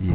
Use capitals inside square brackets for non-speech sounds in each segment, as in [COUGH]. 以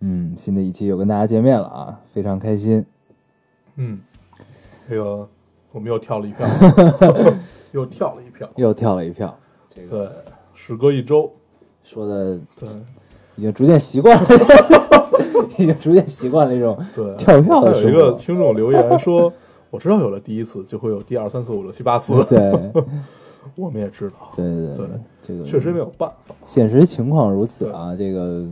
嗯，新的一期又跟大家见面了啊，非常开心。嗯，这个我们又跳了 [LAUGHS] 一票，又跳了一票。又跳了一票，对，时隔一周，说的对已经逐渐习惯了， [LAUGHS] 已经逐渐习惯了这种对，跳票的有生一个活。听众留言说：“我知道有了第一次，就会有第二、三四、五六、七、八次。对我们也知道，对对 [LAUGHS] 对这个确实没有办法。现实情况如此啊，这个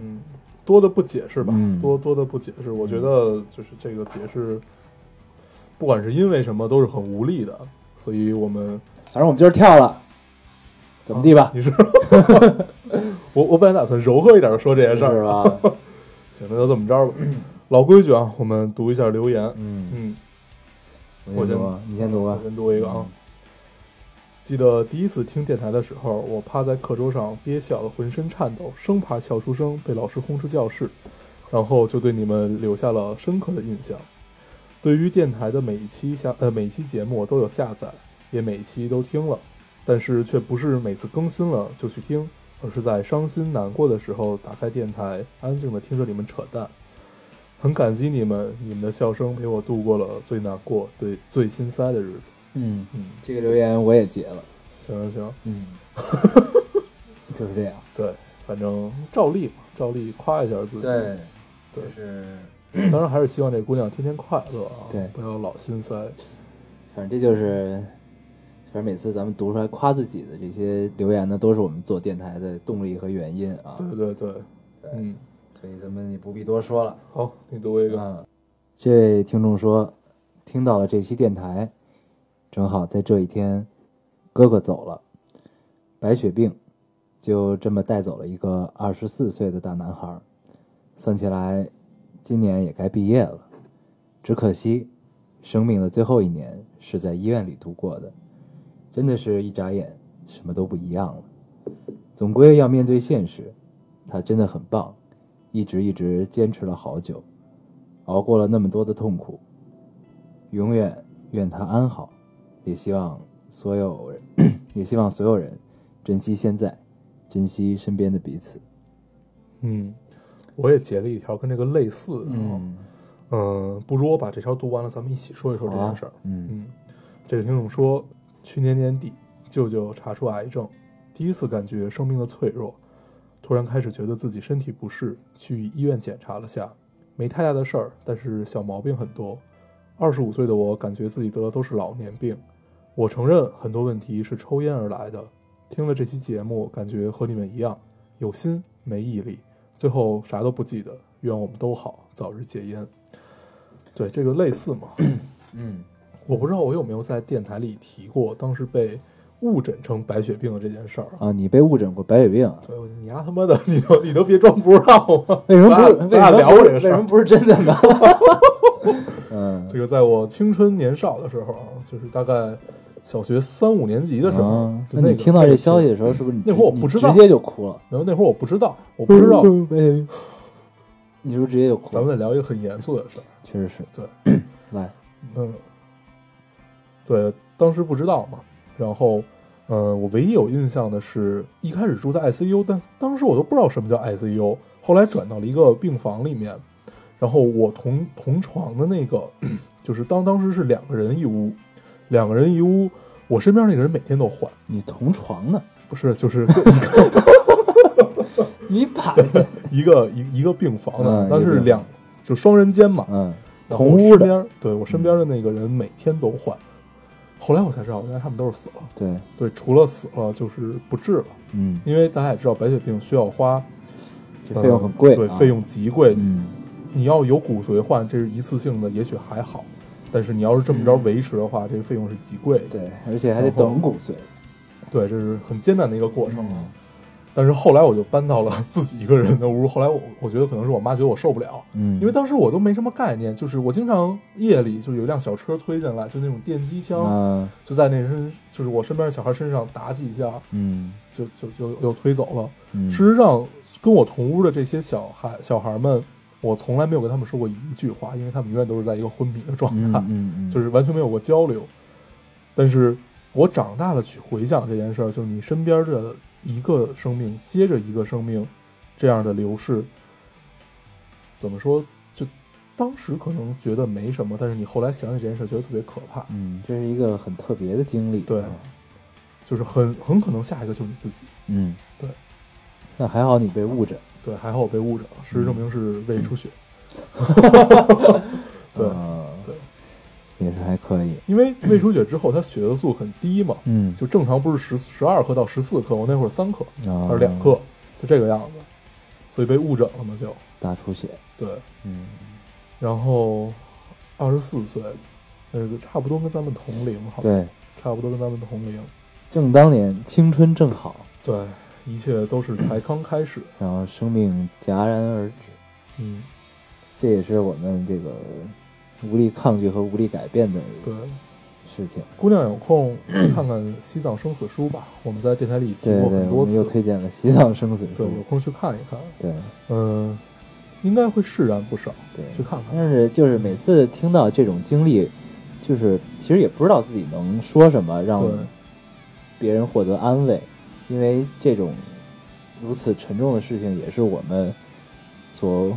嗯，多的不解释吧，嗯多多的不解释。我觉得就是这个解释，不管是因为什么，都是很无力的。所以我们反正我们今儿跳了，怎么地吧？你是我，我本来打算柔和一点的说这件事儿是 [LAUGHS] 吧？行，那就这么着吧。 [CLEARS THROAT] 老规矩啊，我们读一下留言。嗯，嗯，我先读吧，你先读嗯吧我。先读一个啊。记得第一次听电台的时候，我趴在课桌上憋笑的浑身颤抖，生怕笑出声被老师轰出教室，然后就对你们留下了深刻的印象。对于电台的每一期下呃每一期节目我都有下载，也每一期都听了，但是却不是每次更新了就去听，而是在伤心难过的时候打开电台，安静的听着你们扯淡。很感激你们，你们的笑声陪我度过了最难过、对最心塞的日子。嗯，嗯，这个留言我也截了。行行行， [LAUGHS] 嗯，就是这样。对，反正照例嘛，照例夸一下自己。，对是当然还是希望这姑娘天天快乐啊，对不要老心塞。反正这就是，反正每次咱们读出来夸自己的这些留言呢，都是我们做电台的动力和原因啊。对对对，对嗯，所以咱们也不必多说了。好，你读一个。嗯，这位听众说，听到了这期电台，正好在这一天，哥哥走了，白血病，就这么带走了一个二十四岁的大男孩儿，算起来，今年也该毕业了。只可惜，生命的最后一年是在医院里度过的，真的是一眨眼，什么都不一样了。总归要面对现实，他真的很棒，一直一直坚持了好久。熬过了那么多的痛苦，永远愿他安好，也希望所有人， [CLEARS THROAT] 也希望所有人珍惜现在，珍惜身边的彼此。嗯，我也截了一条跟这个类似的啊。嗯，不如我把这条读完了，咱们一起说一说这件事儿。嗯嗯，这个听众说，去年年底舅舅查出癌症，第一次感觉生命的脆弱，突然开始觉得自己身体不适，去医院检查了下，没太大的事儿，但是小毛病很多。二十五岁的我感觉自己得的都是老年病，我承认很多问题是抽烟而来的。听了这期节目，感觉和你们一样，有心没毅力，最后啥都不记得。愿我们都好，早日戒烟。对，这个类似嘛，嗯，我不知道我有没有在电台里提过，当时被误诊成白血病的这件事儿啊。啊，你被误诊过白血病啊？对，我你丫、他妈的，你都你都别装不知道吗？ [LAUGHS] 为什么咱俩不？为咱俩什么聊不过是这个事为什儿么。不是真的呢？ [LAUGHS] 嗯这个在我青春年少的时候啊，就是大概小学三五年级的时候，啊，就那那你个听到那这个消息时的时候，是不是你那会儿我不知道你直接就哭了？候，然后那会儿我不知道，我不知道，白血病，你是不是直接就哭咱了？们得聊一个很严肃的事儿。确实是，对， [CLEARS THROAT] 来，嗯，对，当时不知道嘛。然后，呃，我唯一有印象的是一开始住在 ICU，但当时我都不知道什么叫 ICU，后来转到了一个病房里面。然后我同同床的那个，就是当当时是两个人一屋，两个人一屋，我身边那个人每天都换，你同床呢？不是就是 [LAUGHS] 跟你把一个一一个病房的嗯，但一个是病两就双人间嘛， [LAUGHS] 嗯，然后同我屋身的，边，对我身边的那个人每天都换。后来我才知道，原来他们都是死了。对，对，除了死了就是不治了，嗯，因为大家也知道白血病需要花，这费用很贵、啊呃对，费，用极贵。嗯，你要有骨髓换，这是一次性的，也许还好，但是你要是这么嗯着维持的话，这个费用是极贵的。对，而且还得等骨髓，对，这是很艰难的一个过程。嗯但是后来我就搬到了 [LAUGHS] 自己一个人的屋。后来我我觉得可能是我妈觉得我受不了，嗯，因为当时我都没什么概念，就是我经常夜里就有一辆小车推进来，就那种电击枪，啊，就在那身就是我身边的小孩身上打几下，嗯就就就又推走了。嗯，事实上，跟我同屋的这些小孩小孩们，我从来没有跟他们说过一句话，因为他们永远都是在一个昏迷的状嗯，态嗯，嗯， [LAUGHS] 就是完全没有过交流。但是我长大了去回想这件事儿，就是你身边的一个生命接着一个生命这样的流逝，怎么说？就当时可能觉得没什么，但是你后来想起这件事，觉得特别可怕，嗯，这是一个很特别的经历，对就是很很可能下一个就是你自己。嗯，对。那还好你被误诊，对，还好我被误诊了，事实证明是胃出血。对啊对，也是还可以，因为胃出血之后，它血色素很低嘛，嗯，就正常不是十十二克到十四克，我那会儿三克啊还是两克，就这个样子，所以被误诊了嘛就大出血，对，嗯然后二十四岁，那个差不多跟咱们同龄，好，，对，差不多跟咱们同龄，正当年，青春正好，对，一切都是才刚开始，然后生命戛然而止，嗯，这也是我们这个无力抗拒和无力改变的对，事情。姑娘有空去看看《西藏生死书》吧，我们在电台里提对过对，很我多们又次，推荐了《西藏生死对，书有》空去看一看，对，嗯，应该会释然不少，对去看看，但是就是每次听到这种经历，就是其实也不知道自己能说什么让对。别人获得安慰，因为这种如此沉重的事情也是我们所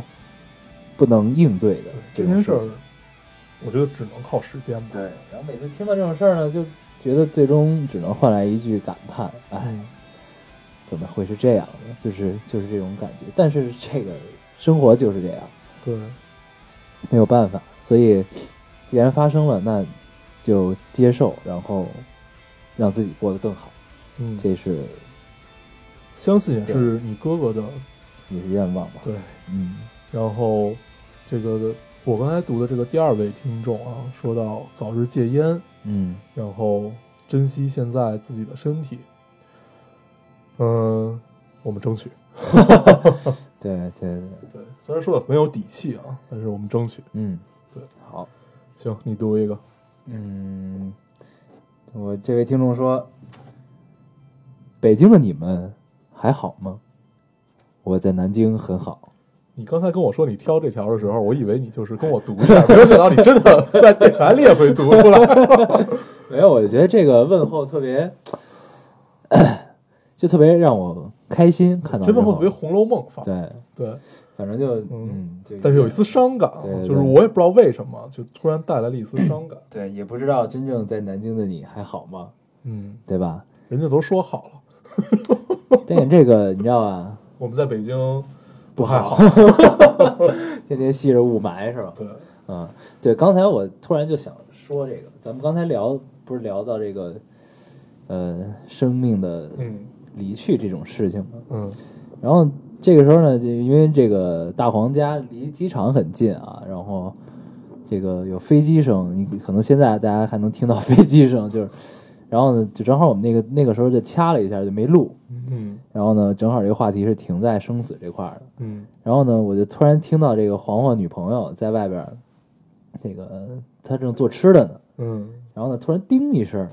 不能应对的这种件事儿情。，我觉得只能靠时间吧。对，然后每次听到这种事儿呢，就觉得最终只能换来一句感叹：“哎，嗯，怎么会是这样的？”就是就是这种感觉。但是这个生活就是这样，对，没有办法。所以，既然发生了，那就接受，然后让自己过得更好。嗯，这是相信也是你哥哥的也是愿望吧？对。嗯然后，这个我刚才读的这个第二位听众啊，说到早日戒烟，嗯然后珍惜现在自己的身体。嗯，我们争取。，对对对，对，虽然说的很有底气啊，但是我们争取。嗯，对，好，行，你读一个。嗯，我这位听众说，北京的你们还好吗？我在南京很好，你刚才跟我说你挑这条的时候，我以为你就是跟我读一下，没有想到你真的在电台里也会读出来。没有，我觉得这个问候特别， [CLEARS THROAT] 就特别让我开心，看到之这问候后特别《红楼梦》范儿。对，对，反正就嗯嗯，就但是有一丝伤感啊对，对就是我也不知道为什么，就突然带来了一丝伤感。对，也不知道真正在南京的你还好吗？嗯，对 [LAUGHS] 吧？人家都说好了，但这个你知道吧，我们在北京不太好， [LAUGHS] 天天吸着雾霾是吧？对，嗯，对，刚才我突然就想说这个，咱们刚才聊不是聊到这个，呃，生命的嗯离去这种事情吗？嗯然后这个时候呢，就因为这个大黄家离机场很近啊，然后这个有飞机声，你可能现在大家还能听到飞机声，就是，然后呢，就正好我们那个那个时候就掐了一下，就没录。嗯然后呢，正好这个话题是停在生死这块儿的。嗯然后呢，我就突然听到这个黄黄女朋友在外边儿，这个她正做吃的呢。嗯，然后呢，突然叮一声，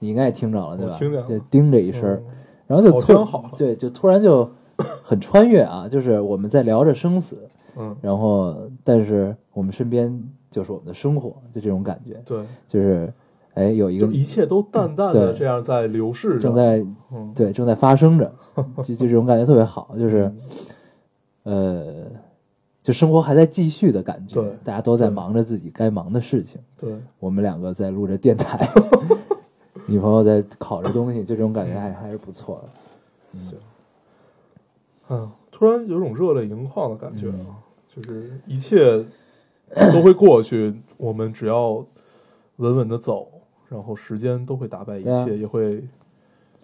你应该也听着了对我吧？听见了就叮这一声，嗯然后就好突像好了对，就突然就很穿越啊，就是我们在聊着生死，嗯，然后但是我们身边就是我们的生活，就这种感觉，对，就是哎有一个就一切都淡淡的对这样在流逝着正。在嗯对正在发生 [LAUGHS] 着，就就这种感觉特别好，就是呃，就生活还在继续的感觉对，大家都在对忙着自己该忙的事情，对，我们两个在录着电 [LAUGHS] 台，女朋友在烤着东西，就这种感觉还还是不错的。嗯，突然有种热泪盈眶的感觉嗯啊，就是一切都会过去，我们只要稳稳的走，然后时间都会打败一对啊切，也会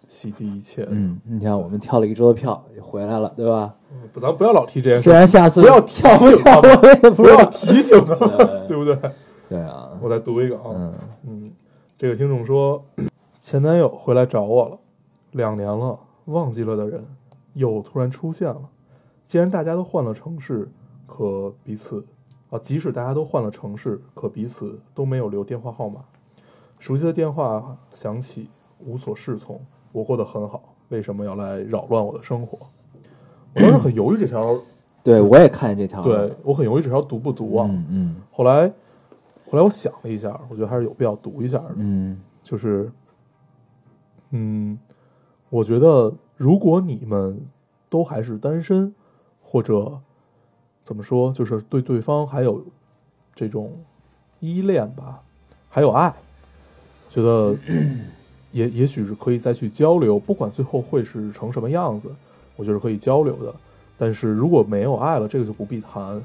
洗涤一切。嗯，你像我们跳了一周的票也回来了，对吧？嗯，不咱不要老提这件事虽，然下次不要提跳醒跳，他们我也不不知要道。提醒他们，对对不对？ [LAUGHS] 对啊，我再读一个啊，嗯嗯，这个听众说，前男友回来找我了，两年了，忘记了的人，又突然出现了。既然大家都换了城市，可彼此啊，即使大家都换了城市，可彼此都没有留电话号码。熟悉的电话响起，无所适从。我过得很好，为什么要来扰乱我的生活？我当时很犹豫这条，嗯对我也看见这条了，对我很犹豫这条读不读啊？嗯嗯后来，后来我想了一下，我觉得还是有必要读一下的。嗯就是，嗯，我觉得如果你们都还是单身，或者怎么说，就是对对方还有这种依恋吧，还有爱，觉得也也许是可以再去交流，不管最后会是成什么样子，我觉得是可以交流的。但是如果没有爱了，这个就不必谈。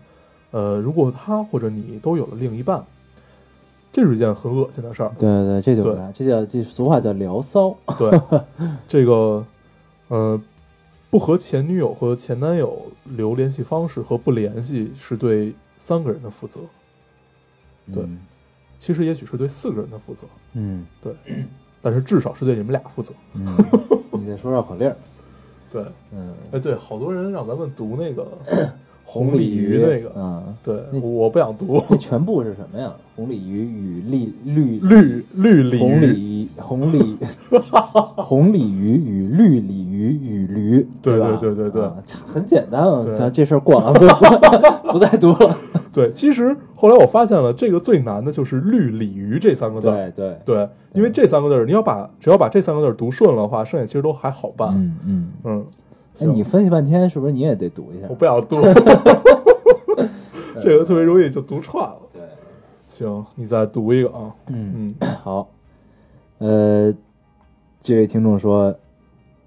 呃，如果他或者你都有了另一半，这是一件很恶心的事儿。对对，这就对不来，这叫这俗话叫聊骚， [LAUGHS] 对，这个，呃，不和前女友和前男友留联系方式和不联系是对三个人的负责，对嗯其实也许是对四个人的负责，嗯但是至少是对你们俩负责。嗯， [LAUGHS] 你再说绕口令儿，对，嗯，哎，对，好多人让咱们读那个 [COUGHS] 红鲤鲤鱼那个，啊，对，那我不想读这全部是什么呀？红鲤鱼与绿绿绿绿鲤红鱼，鲤红鲤 [LAUGHS] 红鲤鱼与绿鲤鱼与驴，对吧？对对对对啊很简单啊，对行，这事儿过了，不不再读了。对，其实后来我发现了，这个最难的就是绿鲤鱼这三个字对儿。对，对，因为这三个字儿，你要把只要把这三个字儿读顺了的话，剩下其实都还好办。嗯嗯，嗯，哎，行你分析半天，是不是你也得读一下我？不想 [LAUGHS] 读，这个特别容易就读串了。对，行，你再读一个啊。嗯，嗯，好，呃，这位听众说，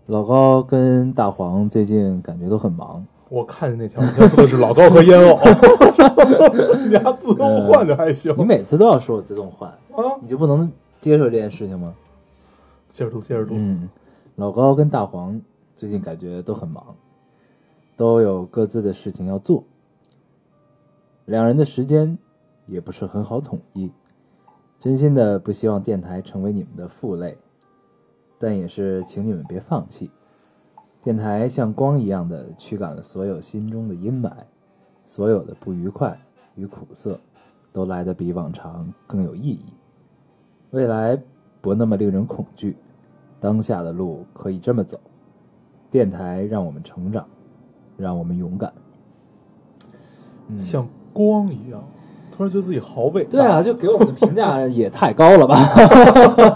老高跟大黄最近感觉都很忙，我看见那条，他说的是老高和烟偶， [LAUGHS] 你俩自嗯动换就还行你每次都要说我自动换，啊。你就不能接受这件事情吗？接着读，接着读。嗯，老高跟大黄最近感觉都很忙，都有各自的事情要做，两人的时间也不是很好统一。真心的不希望电台成为你们的负累，但也是请你们别放弃。电台像光一样的驱赶了所有心中的阴霾，所有的不愉快与苦涩，都来得比往常更有意义。未来不那么令人恐惧，当下的路可以这么走。电台让我们成长，让我们勇敢。嗯，像光一样，突然觉得自己好伟大。对啊，就给我们的评价也太高了吧， [LAUGHS]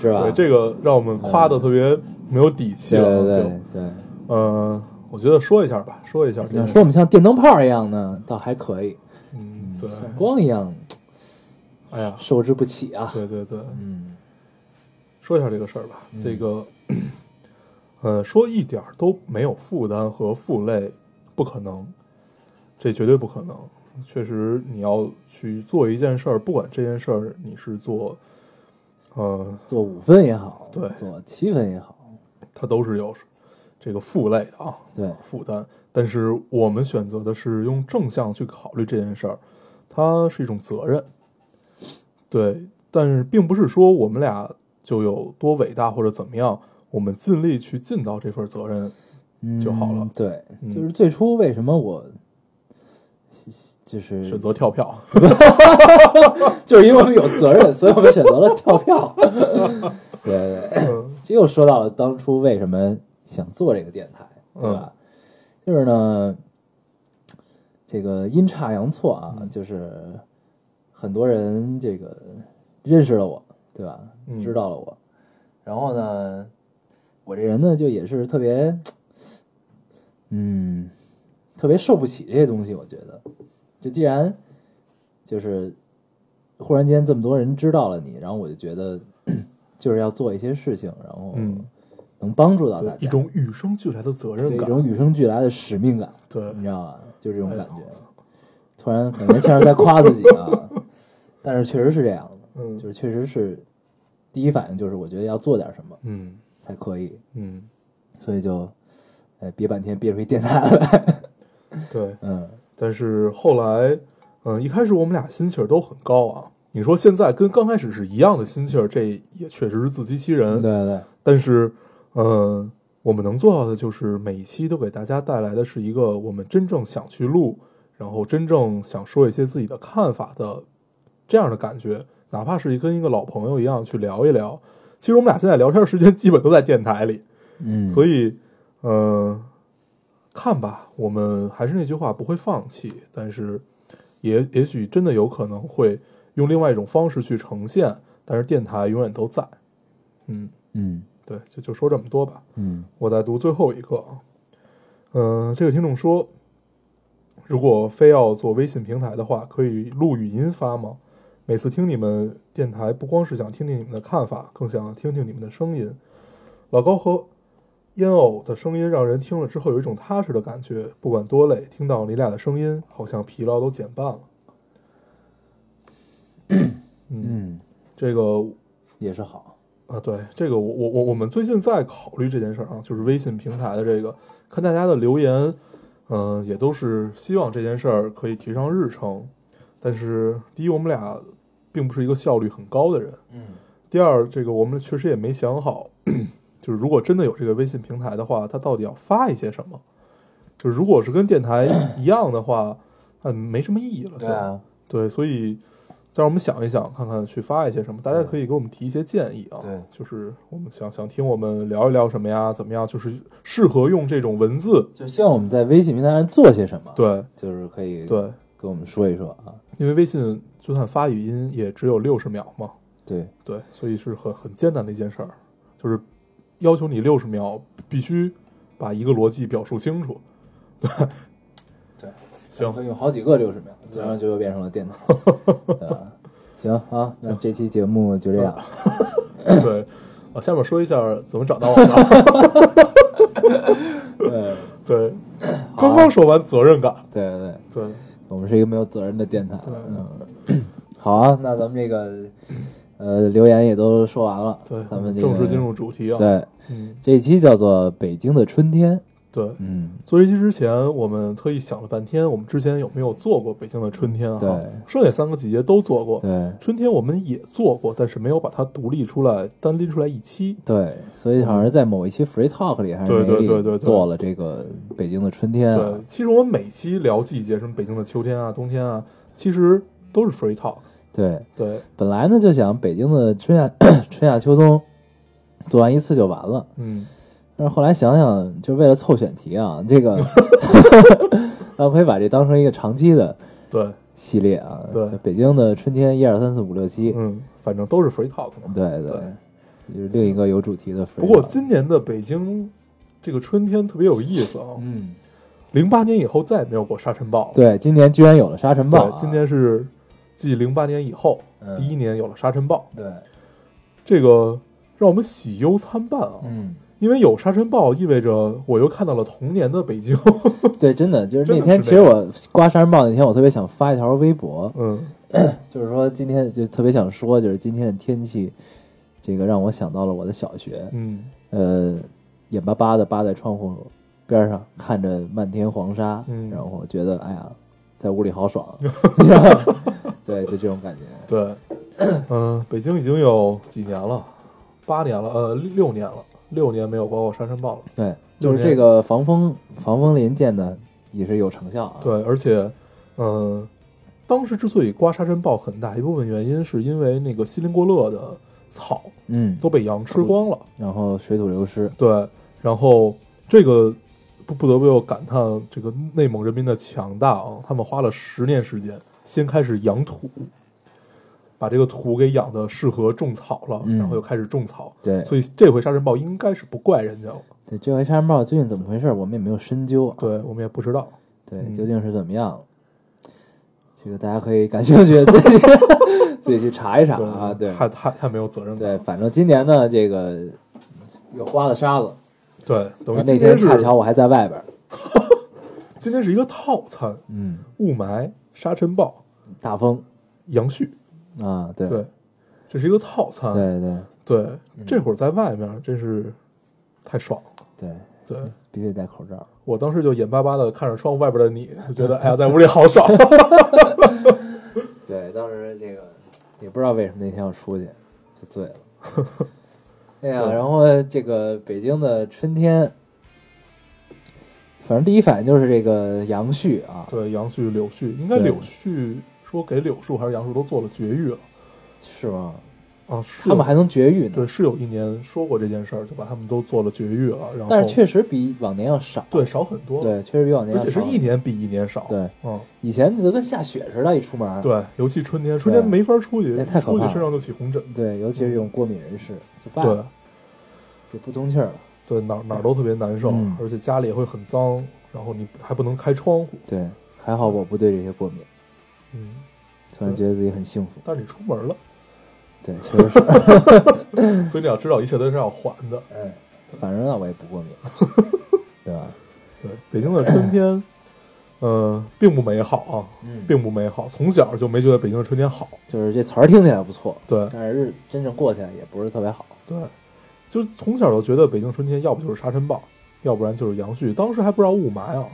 是吧？对，这个让我们夸的特别没有底气对了。对就对对，嗯，我觉得说一下吧，说一下这你个要。说我们像电灯泡一样呢，倒还可以；嗯，对，光一样哎呀，受之不起啊。对对对，嗯说一下这个事儿吧。这个， [CLEARS THROAT] 呃，说一点儿都没有负担和负累，不可能，这绝对不可能。确实，你要去做一件事儿，不管这件事儿你是做，呃，做五分也好，对做七分也好，它都是有这个负累的啊，对，负担。但是我们选择的是用正向去考虑这件事儿，它是一种责任。对，但是并不是说我们俩就有多伟大或者怎么样，我们尽力去尽到这份责任。嗯就好了对，嗯就是最初为什么我就是选择 [LAUGHS] 跳票，就是因为我们有责任，所以我们选择了跳票。对对对，这又说到了当初为什么想做这个电台，对吧？就是呢，这个阴差阳错啊，就是很多人这个认识了我，对吧？嗯知道了我，然后呢，我这人呢就也是特别，嗯，特别受不起这些东西。我觉得，就既然就是忽然间这么多人知道了你，然后我就觉得就是要做一些事情，然后嗯能帮助到大对家，一种与生俱来的责对任一感。种与嗯生俱来的使命感，对你知道吧？就这种哎感觉我操。突然感觉像是在夸自己啊，但是确实是这样的，就嗯是确实是第一反应就是我觉得要做点什么嗯才可以，嗯，所以就哎憋半天憋出一电台来， [LAUGHS] 对。嗯，但是后来，嗯、一开始我们俩心气儿都很高啊。你说现在跟刚开始是一样的心气儿，这也确实是自欺欺人。对对对，但是，呃，我们能做到的就是每一期都给大家带来的是一个我们真正想去录，然后真正想说一些自己的看法的这样的感觉，哪怕是跟一个老朋友一样去聊一聊。其实我们俩现在聊天时间基本都在电台里，嗯，所以以，呃，看吧，我们还是那句话，不会放弃，但是也也许真的有可能会用另外一种方式去呈现，但是电台永远都在。嗯，嗯对，就就说这么多吧。嗯我再读最后一个啊，嗯、这个听众说，如果非要做微信平台的话，可以录语音发吗？每次听你们电台，不光是想听听你们的看法，更想听听你们的声音。老高和烟偶的声音让人听了之后有一种踏实的感觉，不管多累，听到你俩的声音，好像疲劳都减半了。嗯，嗯，这个也是好，啊，对这个我我我我们最近在考虑这件事儿啊，就是微信平台的这个，看大家的留言，嗯、也都是希望这件事儿可以提上日程。但是，第一，我们俩并不是一个效率很高的人；嗯第二，这个我们确实也没想好， [CLEARS THROAT] 就是如果真的有这个微信平台的话，它到底要发一些什么？就是如果是跟电台一样的话，嗯，没什么意义了。对就啊，对，所以再让我们想一想，看看去发一些什么，大家可以给我们提一些建议啊。对就是我们想想听我们聊一聊什么呀，怎么样，就是适合用这种文字。就希望我们在微信平台上做些什么，，对就是可以对，跟我们说一说啊，因为微信就算发语音也只有六十秒嘛，对，对，所以是很很艰难的一件事儿，就是要求你六十秒必须把一个逻辑表述清楚。 [LAUGHS] 对，行，有好几个六十秒，然后就变成了电脑， [LAUGHS] 对吧行好，那这期节目就这样，对，啊，下面说一下怎么找到我们。 [LAUGHS] 对 [LAUGHS] 对，刚刚说完责任感，对对。对。我们是一个没有责任的电台。嗯， [COUGHS] 好啊，那咱们这个呃留言也都说完了，对，咱们这个正式进入主题啊。，对嗯，这一期叫做《北京的春天》。对。嗯，做这期之前，我们特意想了半天，我们之前有没有做过北京的春天啊？对剩下三个季节都做过。对春天我们也做过，但是没有把它独立出来，单拎出来一期。对，所以好像是在某一期 Free Talk 里还是对哪对对对里对做了这个《北京的春天》啊对，。其实我们每期聊季节，什么北京的秋天啊、冬天啊，其实都是 free talk。对，对，本来呢就想北京的春夏 [COUGHS] 春夏秋冬做完一次就完了，嗯，但是后来想想，就为了凑选题啊，这 [LAUGHS] 个 [LAUGHS] 咱们可以把这当成一个长期的。对，系列啊，对就北京的春天一二三四五六七，嗯，反正都是 free talk 嘛。对嗯对就是另一个有主题的 free talk。不过今年的北京这个春天特别有意思啊，嗯，零八年以后再也没有过沙尘暴了。对，今年居然有了沙尘暴啊、对，今年是继零八年以后、嗯第一年有了沙尘暴，对，这个让我们喜忧参半啊。嗯，因为有沙尘暴，意味着我又看到了童年的 [LAUGHS] 北京。对，真的就是那真天，的其是这实样我刮沙尘暴那天，我特别想发一条微博，嗯，就是说今天就特别想说，就是今天的天气，这个让我想到了我的小学，嗯，呃，眼巴巴的扒在窗户边上看着漫天黄沙，嗯然后觉得哎呀，在屋里好 [LAUGHS] 爽， [LAUGHS] 对，就这种感觉。对， [COUGHS] 嗯、北京已经有几年了，八年了，呃，六年了，六年没有刮过沙尘暴了。对，就就是是这这个防风防风林建的也是有成效啊。，对，而且，嗯、当时之所以刮沙尘暴，很大一部分原因是因为那个锡林郭勒的草嗯，都被羊吃光了。然后水土流失，对，然后这个不不得不又感叹这个内蒙人民的强大啊！他们花了十年时间，先开始养土，把这个土给养的适合种草了，嗯然后又开始种草。对啊所以这回沙尘暴应该是不怪人家了，对，这回沙尘暴究竟怎么回事，我们也没有深究啊。对我们也不知道。对，嗯究竟是怎么样？这个大家可以感兴趣自己 [LAUGHS] 自己去查一查啊。对太太太没有责任感。对，反正今年呢，这个又刮了沙子。对，等于那今天天是恰巧我还在外边儿，今天是一个套餐：嗯，雾霾、沙尘暴、大风杨絮。啊，对对，这是一个套餐。对嗯对对，这会儿在外面真是太爽了。对，对。必须戴口罩。我当时就眼巴巴的看着窗户外边的你，就觉得哎呀，在屋里好 [LAUGHS] 爽。 [LAUGHS] 对，当时这个也不知道为什么那天要出去，就醉了。哎呀，对然后这个北京的春天，反正第一反应就是这个杨絮啊，对，杨絮、柳絮，应该对柳絮说给柳树还是杨树都做了绝育了是吗？啊？是他们还能绝育呢对，，是有一年说过这件事儿，就把他们都做了绝育了，然后但是确实比往年要少，对少很多，，对，确实比往年而要且少是。一年比一年少，对，嗯，以前就跟下雪似的，一出门，对，尤其春天，春天对没法出去，那太可出去怕了身上就起红疹，对尤其是这种过敏人士，就罢对了，就不通气儿了。对，哪哪儿都特别难受嗯，而且家里也会很脏，然后你还不能开窗户，对，还好我不对这些过敏，嗯，突然对觉得自己很幸福。但是你出门 [LAUGHS] 了，对，确实 [LAUGHS] 是，所以你要知道一切都是要还的。嗯，反正呢我也不 [LAUGHS] 过敏，对吧？对，北京的春天，呃，并不美好啊，嗯并不美好，从小就没觉得北京的春天好。就是这词儿听起来不错，对但是真正过起来也不是特别好。对，就从小就觉得北京春天要不就是沙尘暴，要不然就是杨絮。当时还不知道雾霾啊，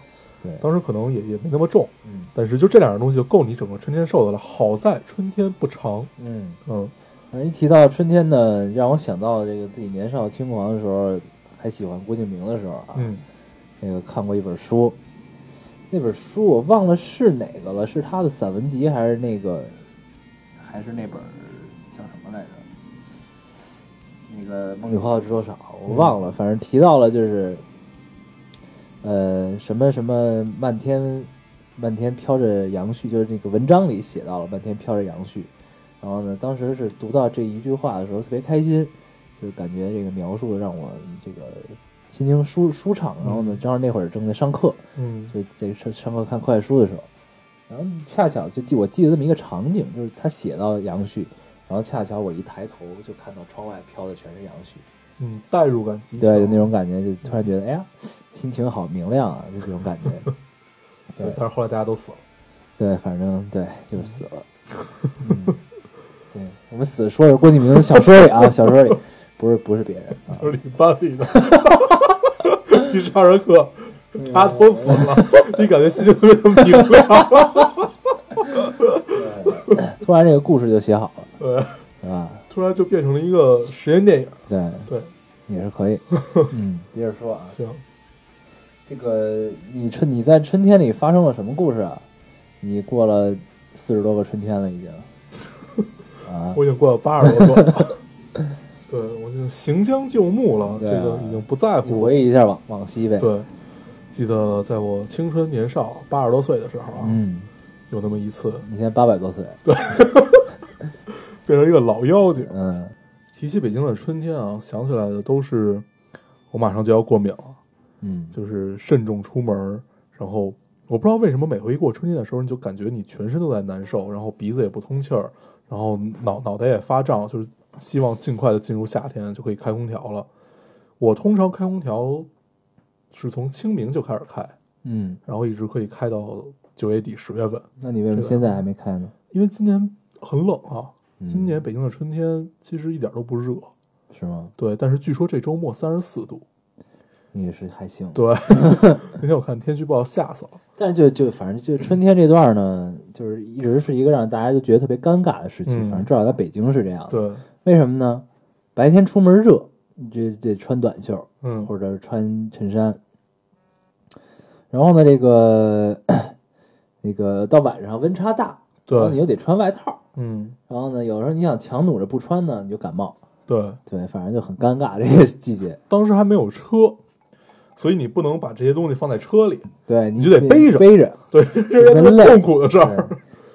对，当时可能也也没那么重，嗯但是就这两样东西就够你整个春天受的了。好在春天不长，嗯，嗯，反正一提到春天呢，让我想到这个自己年少轻狂的时候，还喜欢郭敬明的时候啊，嗯，那个看过一本书，那本书我忘了是哪个了，是他的散文集还是那个，还是那本叫什么来着？那个《梦里花落知多少》，我忘了，反正提到了就是，呃，什么什么漫天漫天飘着杨絮，就是那个文章里写到了漫天飘着杨絮。然后呢，当时是读到这一句话的时候特别开心，就是感觉这个描述让我这个心情舒舒畅。然后呢，正好那会儿正在上课，嗯，就在上上课看课外书的时候，然后恰巧就记我记得这么一个场景，就是他写到杨絮，然后恰巧我一抬头就看到窗外飘的全是杨絮，嗯，代入感极强，对，就那种感觉，就突然觉得哎呀，心情好明亮啊，就这种感觉。对。但是后来大家都死了，对，反正对，就是死了。嗯，对我们死说是郭敬明的小说里啊，小说里不是不是别人啊。就是你班里的 [LAUGHS] 一上着课，大家都死了，嗯你感觉心情特别的明亮。突然这个故事就写好了，对，对吧？呃突然就变成了一个实验电影。对，对，也是可以。嗯，接着说啊，行，这个你春你在春天里发生了什么故事啊？你过了四十多个春天了，已经。啊，我已经过了八十多 [LAUGHS] 个了。对，我就行将就木了，这对啊个已经不在你乎。回忆一下往往昔呗。，对，记得在我青春年少八十多岁的时候啊，嗯，有那么一次你现在八百多岁，变成一个老妖精。嗯，提起北京的春天啊，想起来的都是我马上就要过敏了，嗯，就是慎重出门，然后。我不知道为什么每回一过春天的时候，你就感觉你全身都在难受，然后鼻子也不通气儿，然后脑脑袋也发胀，就是希望尽快的进入夏天，就可以开空调了。我通常开空调是从清明就开始开，嗯，然后一直可以开到九月底十月份，那你为什么这个现在还没开呢？因为今年很冷啊。嗯今年北京的春天其实一点都不热，是吗？对。但是据说这周末三十四度，你也是还行。对。那天我看天气预报吓死了，但是就就反正就春天这段呢，就是一直是一个让大家就觉得特别尴尬的时期。嗯反正至少在北京是这样的。对，为什么呢？白天出门热，你就得穿短袖嗯，或者是穿衬衫。然后呢，这个 [CLEARS THROAT] 那个到晚上温差大，然后你对，又得穿外套。嗯，然后呢，有时候你想强努着不穿呢，你就感冒。对。对，反正就很尴尬这个季节。当时还没有车，所以你不能把这些东西放在车 [LAUGHS] 里，对，你你就得背着背着，对，这是特别痛苦的事对儿。，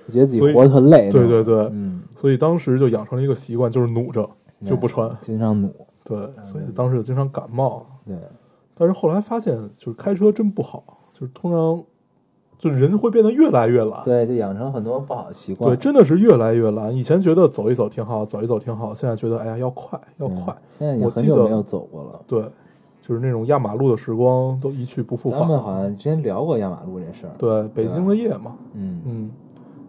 就觉得自己所以活得特累。对对对，嗯，所以当时就养成了一个习惯，就是努着就不穿，经常努。对，嗯所以当时就经常感冒。对，但是后来发现，就是开车真不好，就是通常，就人会变得越来越懒。对，就养成很多不好的习惯。对，真的是越来越懒。以前觉得走一走挺好，走一走挺好，现在觉得哎呀要快要嗯快。现在已我经很记久得没有走过了。对，就是那种压马路的时光都一去不复咱们返。好像之前聊过压马路这事儿。，对，北京的夜嘛，嗯嗯，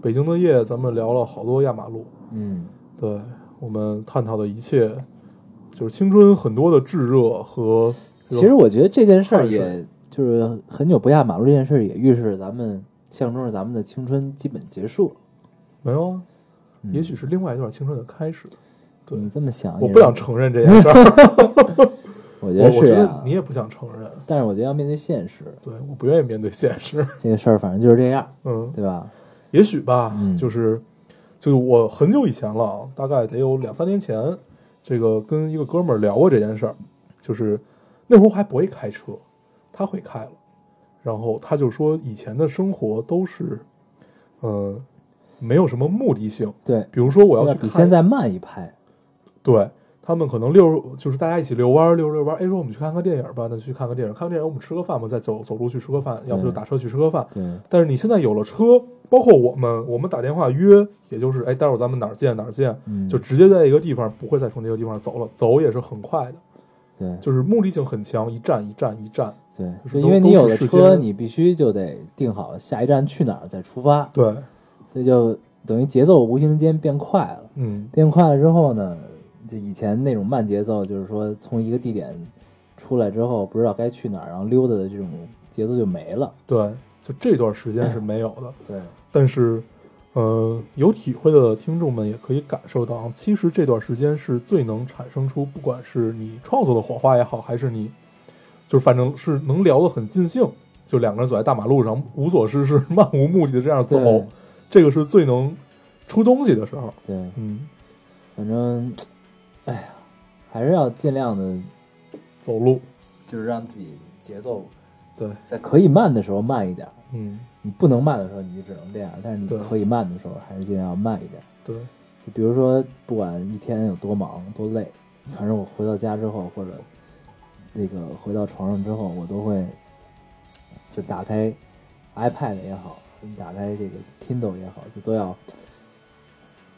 北京的夜，咱们聊了好多压马路。嗯，对我们探讨的一切，就是青春很多的炙热和这其种实我觉得这件事儿，汗水也就是很久不压马路这件事儿，也预示着咱们象征着咱们的青春基本结束了。没有啊，嗯也许是另外一段青春的开始。对你这么想，我不想也是，承认这件事儿，我觉我得我觉是得啊你，也不想承认，但是我觉得要面对现实，对，我不愿意面对现实，这个事儿反正就是这样，嗯，对吧？也许吧，嗯就是就是我很久以前了啊，大概得有两三年前，这个跟一个哥们儿聊过这件事儿，就是那会儿我还不会开车，他会开了，然后他就说以前的生活都是，呃，没有什么目的性，对，比如说我要要去比看，现在慢一拍，对。他们可能溜，就是大家一起遛弯儿，溜着遛弯儿。哎，说我们去看个电影吧，那去看个电影。看个电影，我们吃个饭吧，再走走路去吃个饭，要不就对打车去吃个饭。对但是你现在有了车，包括我们，我们打电话约，也就是哎，待会儿咱们哪儿见哪儿见，嗯就直接在一个地方，不会再从这个地方走了，走也是很快的，对就是目的性很强，一站一站一站，对，就就是都因为你都有是了时车，间你必须就得定好下一站去哪儿再出发，对，所以就等于节奏无形之间变快了。嗯，变快了之后呢，就以前那种慢节奏，就是说从一个地点出来之后不知道该去哪儿，然后溜达的这种节奏就没了。对，就这段时间是没有的，对，但是。呃，有体会的听众们也可以感受到，其实这段时间是最能产生出，不管是你创作的火花也好，还是你，就是反正是能聊得很尽兴，就两个人走在大马路上无所事事、 [LAUGHS] 漫无目的的这样走，对这个是最能出东西的时候。对，嗯，反正，哎呀，还是要尽量的，走路，就是让自己节奏对，在可以慢的时候慢一点儿。嗯，你不能慢的时候，你就只能这样；但是你对可以慢的时候，还是尽量慢一点。对，就比如说，不管一天有多忙多累，反正我回到家之后，或者那个回到床上之后，我都会就打开 iPad 也好，打开这个 Kindle 也好，就都要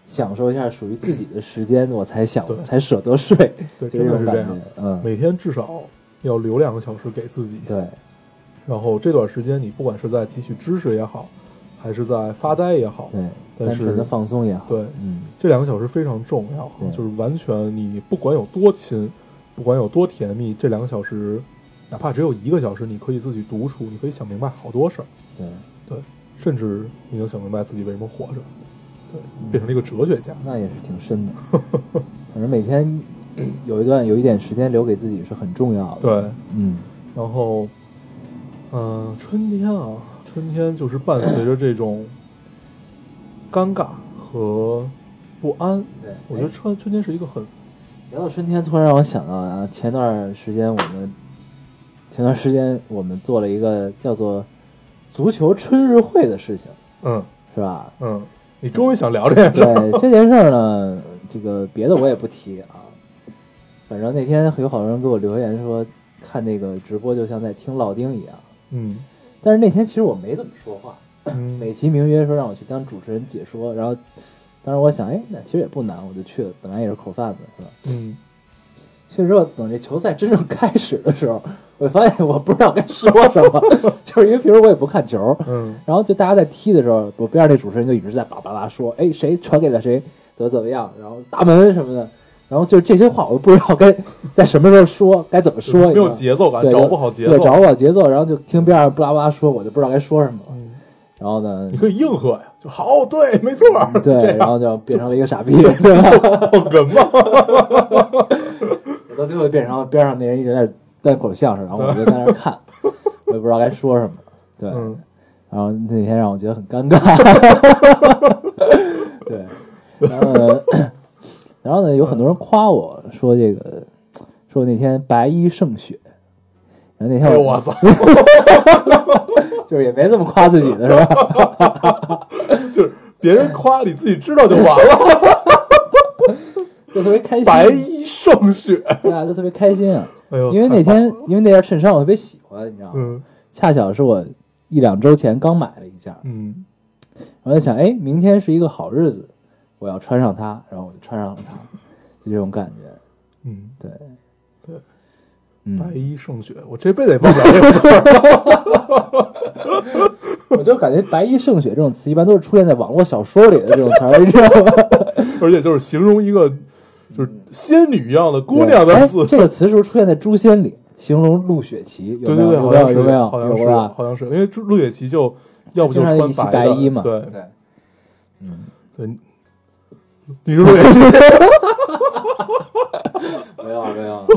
享受一下属于自己的时间，我才想对才舍得睡，对，就真的种是这感样觉。。嗯，每天至少要留两个小时给自己，对然后这段时间你不管是在汲取知识也好，还是在发呆也好，对，但单是纯的放松也好，对嗯，这两个小时非常重要对，就是完全你不管有多亲，不管有多甜蜜，这两个小时，哪怕只有一个小时，你可以自己独处，你可以想明白好多事儿，对，对，甚至你能想明白自己为什么活着，对，变成了一个哲学家，那也是挺深的。反正每天有一段有一点时间留给自己是很重要的。对，，嗯。然后，嗯、春天啊，春天就是伴随着这种尴尬和不安，对，我觉得哎春春天是一个很，聊到春天，突然让我想到啊，前段时间我们前段时间我们做了一个叫做足球春日会的事情，嗯是吧？嗯，你终于想聊这件事儿，对这件事儿呢，这个别的我也不提啊。反正那天有好多人给我留言说，看那个直播就像在听老丁一样。嗯但是那天其实我没怎么说话，嗯，美其名曰说让我去当主持人解说，然后当时我想，哎，那其实也不难，我就去了，本来也是口贩子，是吧？嗯。去了之后，等这球赛真正开始的时候，我发现我不知道该说什 [LAUGHS] 么，就是因为平时我也不看球，嗯然后就大家在踢的时候，我边上那主持人就一直在叭叭叭说，哎，谁传给了谁，怎么怎么样，然后打门什么的，然后就这些话我都不知道该 [LAUGHS] 在什么时候说，该怎么说，没有节奏感，对，找不好节奏，对，找不好节奏，然后就听边上巴拉巴拉说，我就不知道该说什么了，嗯然后呢你，可以硬喝呀，就好，对，没错，这对，然样后就变成了一个傻逼，对吧？捧哏嘛， [LAUGHS] 我到最后变成了边上那人一直在在口相声，然后我就在那儿 [LAUGHS] 看，我也不知道该说什么。对，嗯，然后那天让我觉得很尴尬。 [LAUGHS] 对，然后呢，然后呢，有很多人夸我说这个，说我那天白衣胜雪。然后那哎天呦我我操，就是也没这么夸自己的是吧？ [LAUGHS] 就是别人夸你自己知道就完 [LAUGHS] 了，就特别开心，白衣胜雪，对啊，就特别开心啊。哎呦，因为那 [LAUGHS] 天，因为那件衬衫我特别喜欢，你知道吗？嗯恰巧是我一两周前刚买了一件，嗯我在想，哎，明天是一个好日子，我要穿上它，然后我就穿上了它，就这种感觉。嗯，对，对，白嗯，衣胜雪，我这辈子也忘不了这个词儿，我就感觉“白衣胜雪”这种词一般都是出现在网络小说里的这种词儿，你知道吗？ [LAUGHS] 而且就是形容一个就是仙女一样的姑对娘的哎词，这个词是不是出现在《诛仙》里，形容陆雪琪？有对没对有？对，有没好像有？是，有没有？好像有是，吧？好像是，因为陆雪琪就要不就经常穿一袭白的衣嘛。对对，对，你是陆雪琪，没有没有，没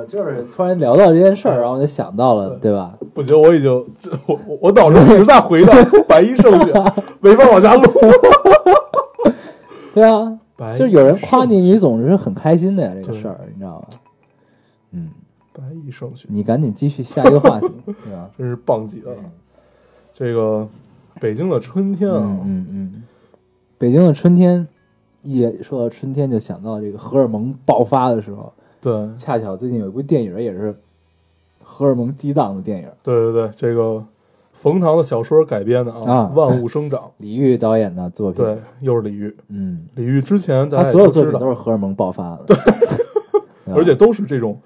有，就是突然聊到这件事儿，然后我就想到了，对吧？不行，我已经这我我我脑子一直在回荡白衣胜 [LAUGHS] 雪，没法往下录。对啊，白就是有人夸你，衣你胜雪总是很开心的呀，这个对事儿，你知道吧？嗯，白衣胜雪，你赶紧继续下一个 [LAUGHS] 话题，对吧？真是棒极了。嗯这个北京的春天啊，嗯嗯嗯，北京的春天，一说到春天就想到这个荷尔蒙爆发的时候，对恰巧最近有一部电影也是荷尔蒙激荡的电影，对对对，这个冯唐的小说改编的啊，啊万物生长》李玉导演的作品，对，又是李煜。嗯，李煜之前大他家也所有作知品都，道是荷尔蒙爆发 [LAUGHS] 的，对，而且都是这种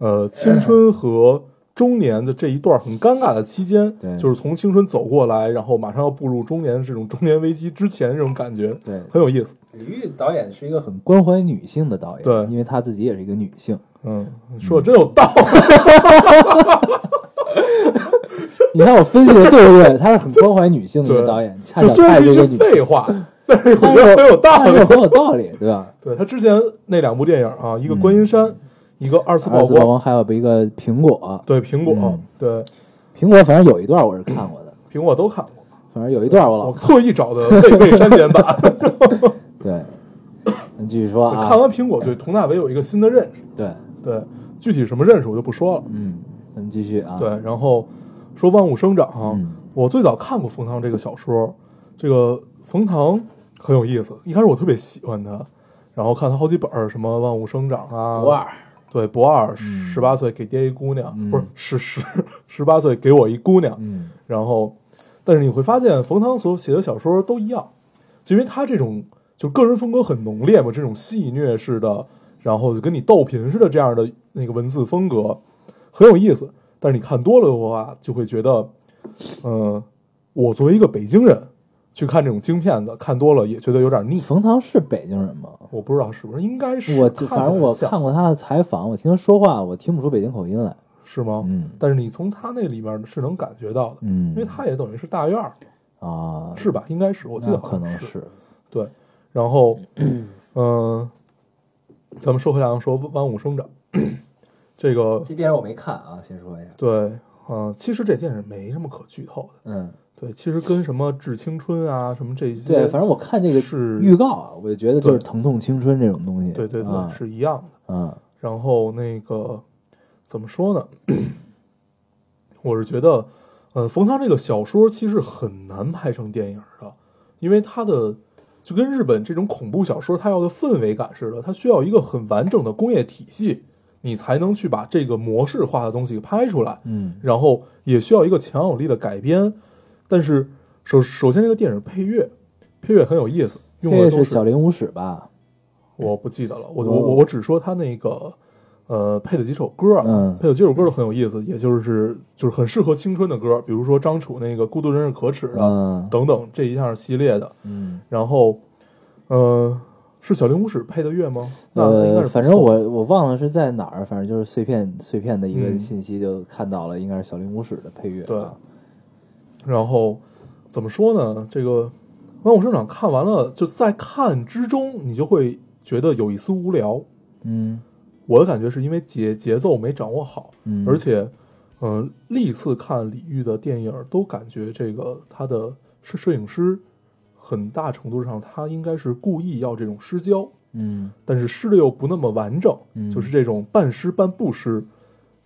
呃青春和中年的这一段很尴尬的期间，对就是从青春走过来，然后马上要步入中年这种中年危机之前这种感觉，对很有意思。李玉导演是一个很关怀女性的导演，对因为他自己也是一个女性。嗯，说的真有道理， [LAUGHS] 啊你看我分析的对不 [LAUGHS] 对？他是很关怀女性的一个嗯导演，恰巧就虽他然也是是一一个句女哎性，废话， [LAUGHS] 但是我但觉得很有道但是理。很有道理，对 [LAUGHS] 吧？对他之前那两部电影啊，一个《观音山》，一个《二次嗯二曝次曝光》，光还有一个苹果，对苹果嗯，对苹果反正有一段我是看过的，苹果都看过，反正有一段我老嗯我特意找的未未删 [LAUGHS] 减版。对。你继续说啊看，完苹果，对佟大为有一个新的认识，对，对具体什么认识我就不说了。嗯，咱们继续啊，对，然后说万物生长、啊嗯我最早看过冯唐这个小说，这个冯唐很有意思。一开始我特别喜欢他，然后看他好几本儿，什么《万物生长》啊，不二，对，不二，十八岁给爹一姑娘，嗯不是十十十八岁给我一姑娘。嗯，然后，但是你会发现冯唐所写的小说都一样，就因为他这种就个人风格很浓烈嘛，这种戏谑式的，然后就跟你逗贫似的这样的那个文字风格很有意思。但是你看多了的话，就会觉得，嗯，我作为一个北京人去看这种京片子，看多了也觉得有点腻。冯唐是北京人吗？我不知道是不是，应该是我看起来反正我像看过他的采访，我听他说话，我听不出北京口音来。是吗？嗯但是你从他那里面是能感觉到的，嗯，哦因为他也等于是大院儿，啊，是吧？应该是，我记得那好可像能是是，对，然后，嗯、咱们说回来啊说万物生长，这个这电影我没看啊，先说一下。对，嗯、其实这电影没什么可剧透的，嗯，对，其实跟什么《致青春》啊，什么这些，对，反正我看这个是预告啊，我就觉得就是对疼痛青春这种东西。对对对、啊是一样的。啊，然后那个怎么说呢？ [CLEARS THROAT] 我是觉得，呃，冯唐这个小说其实很难拍成电影的，因为它的就跟日本这种恐怖小说它要的氛围感似的，它需要一个很完整的工业体系，你才能去把这个模式化的东西给拍出来。嗯然后也需要一个强有力的改编，但是首首先这个电影配乐，配乐很有意思，这用的个都是小林武史吧？我不记得了，我哦我我我只说他那个呃配的几首歌啊，嗯配的几首歌都很有意思，也就是就是很适合青春的歌，比如说张楚那个《孤独真是可耻》的、嗯等等这一项系列的。嗯，然后，呃，是小林武史配的乐吗？那那应该呃是，不错反正我我忘了是在哪儿，反正就是碎片碎片的一个嗯信息就看到了，应该是小林武史的配乐。对然后怎么说呢？这个《万物生长》看完了，就在看之中，你就会觉得有一丝无聊。嗯我的感觉是因为节节奏没掌握好，嗯，而且，嗯、历次看李玉的电影都感觉这个他的摄摄影师，很大程度上他应该是故意要这种失焦，嗯但是失的又不那么完整，嗯就是这种半失半不失，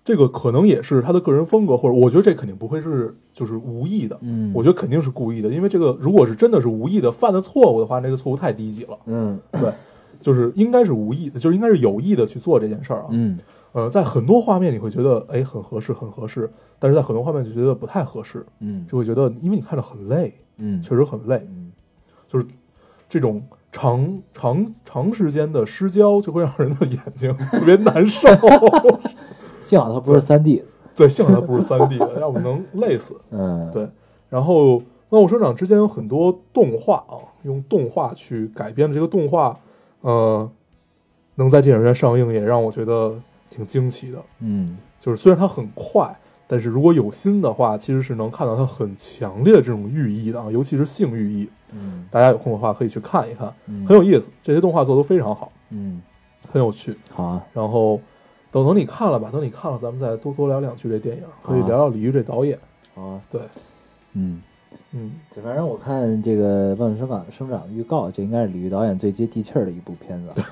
这个可能也是他的个人风格，或者我觉得这肯定不会是就是无意的，嗯，我觉得肯定是故意的，因为这个如果是真的是无意的犯的错误的话，那个错误太低级了，嗯对，就是应该是无意的，就是应该是有意的去做这件事儿啊，嗯呃，在很多画面你会觉得哎很合适很合适，但是在很多画面就觉得不太合适，嗯就会觉得因为你看着很累，嗯，确实很累，嗯就是这种长长长时间的失焦就会让人的眼睛特别难受。 [LAUGHS] 幸好它不是三 D 的。对，幸好它不是三 D 的，要不能累死。嗯，对，然后《万物生长》之间有很多动画啊，用动画去改编的这个动画，呃，能在电影院上映，也让我觉得挺惊奇的。嗯就是虽然它很快，但是如果有心的话，其实是能看到它很强烈的这种寓意的啊，尤其是性寓意。嗯大家有空的话可以去看一看，嗯，很有意思。这些动画做得都非常好。嗯很有趣。好啊，然后等等你看了吧，等你看了，咱们再多多聊两句这电影，可以好啊聊聊李玉这导演。好啊，对，嗯，嗯，对，反正我看这个《万物生长生长》预告，这应该是李玉导演最接地气儿的一部片子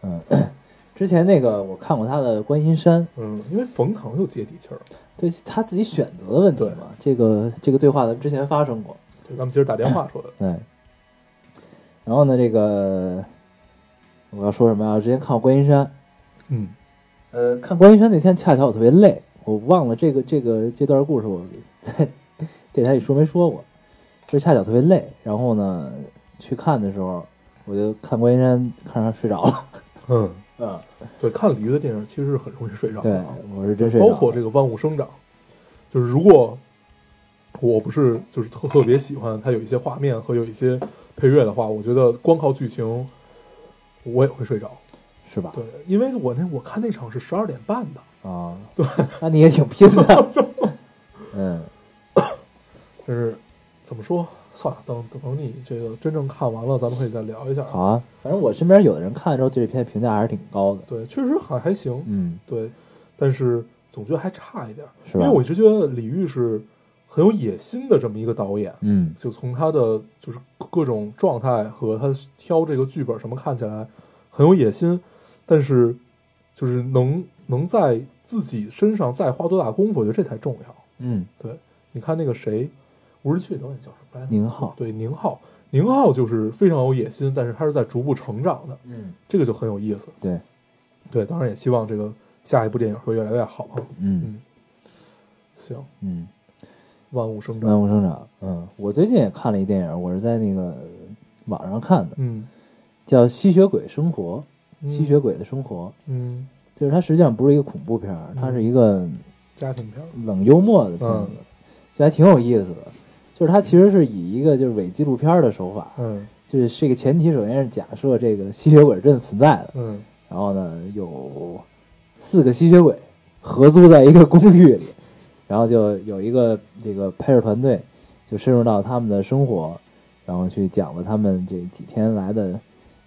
啊。嗯，之前那个我看过他的《观音山》，嗯，因为冯唐又接地气儿了，对他自己选择的问题嘛，这个这个对话咱们之前发生过，对，咱们今儿打电话说的，对。然后呢，这个我要说什么啊？之前看过《观音山》，嗯，呃，看《观音山》那天恰巧我特别累，我忘了这个这个这段故事我 [LAUGHS] 在电台里说没说过，就恰巧特别累，然后呢去看的时候，我就看《观音山》看上睡着了。嗯，嗯，对，看李玉的电影其实是很容易睡着对的啊，，我是真睡着包了。括这个万物生长，就是如果我不是就是特特别喜欢它有一些画面和有一些配乐的话，我觉得光靠剧情我也会睡着。是吧？对，因为我那我看那场是十二点半的，啊，对，那你也挺拼 [LAUGHS] 的。嗯，就是怎么说？算了，等等等你这个真正看完了，咱们可以再聊一下。好啊，反正我身边有的人看了之后对这片评价还是挺高的。对，确实还还行，嗯，对，但是总觉得还差一点儿，是因吧为我一直觉得李玉是很有野心的这么一个导演，嗯，就从他的就是各种状态和他挑这个剧本什么看起来很有野心，但是就是能能在自己身上再花多大功夫，我觉得这才重要。嗯，对，你看那个谁，吴日俊导演叫什么来着？宁浩对，宁浩，宁浩就是非常有野心，但是他是在逐步成长的，嗯，这个就很有意思。对，对，当然也希望这个下一部电影会越来越好啊。嗯嗯，行，嗯，万物生长。万物生长。嗯，我最近也看了一电影，我是在那个网上看的，嗯，叫《吸血鬼生活》，嗯吸血，鬼的生活，嗯，就是它实际上不是一个恐怖片儿，它是一个家庭片儿，冷幽默的片子嗯，就还挺有意思的。就是它其实是以一个就是伪纪录片儿的手法，嗯就是这个前提，首先是假设这个吸血鬼是真的存在的，嗯然后呢有四个吸血鬼合租在一个公寓里，然后就有一个这个拍摄团队就深入到他们的生活，然后去讲了他们这几天来的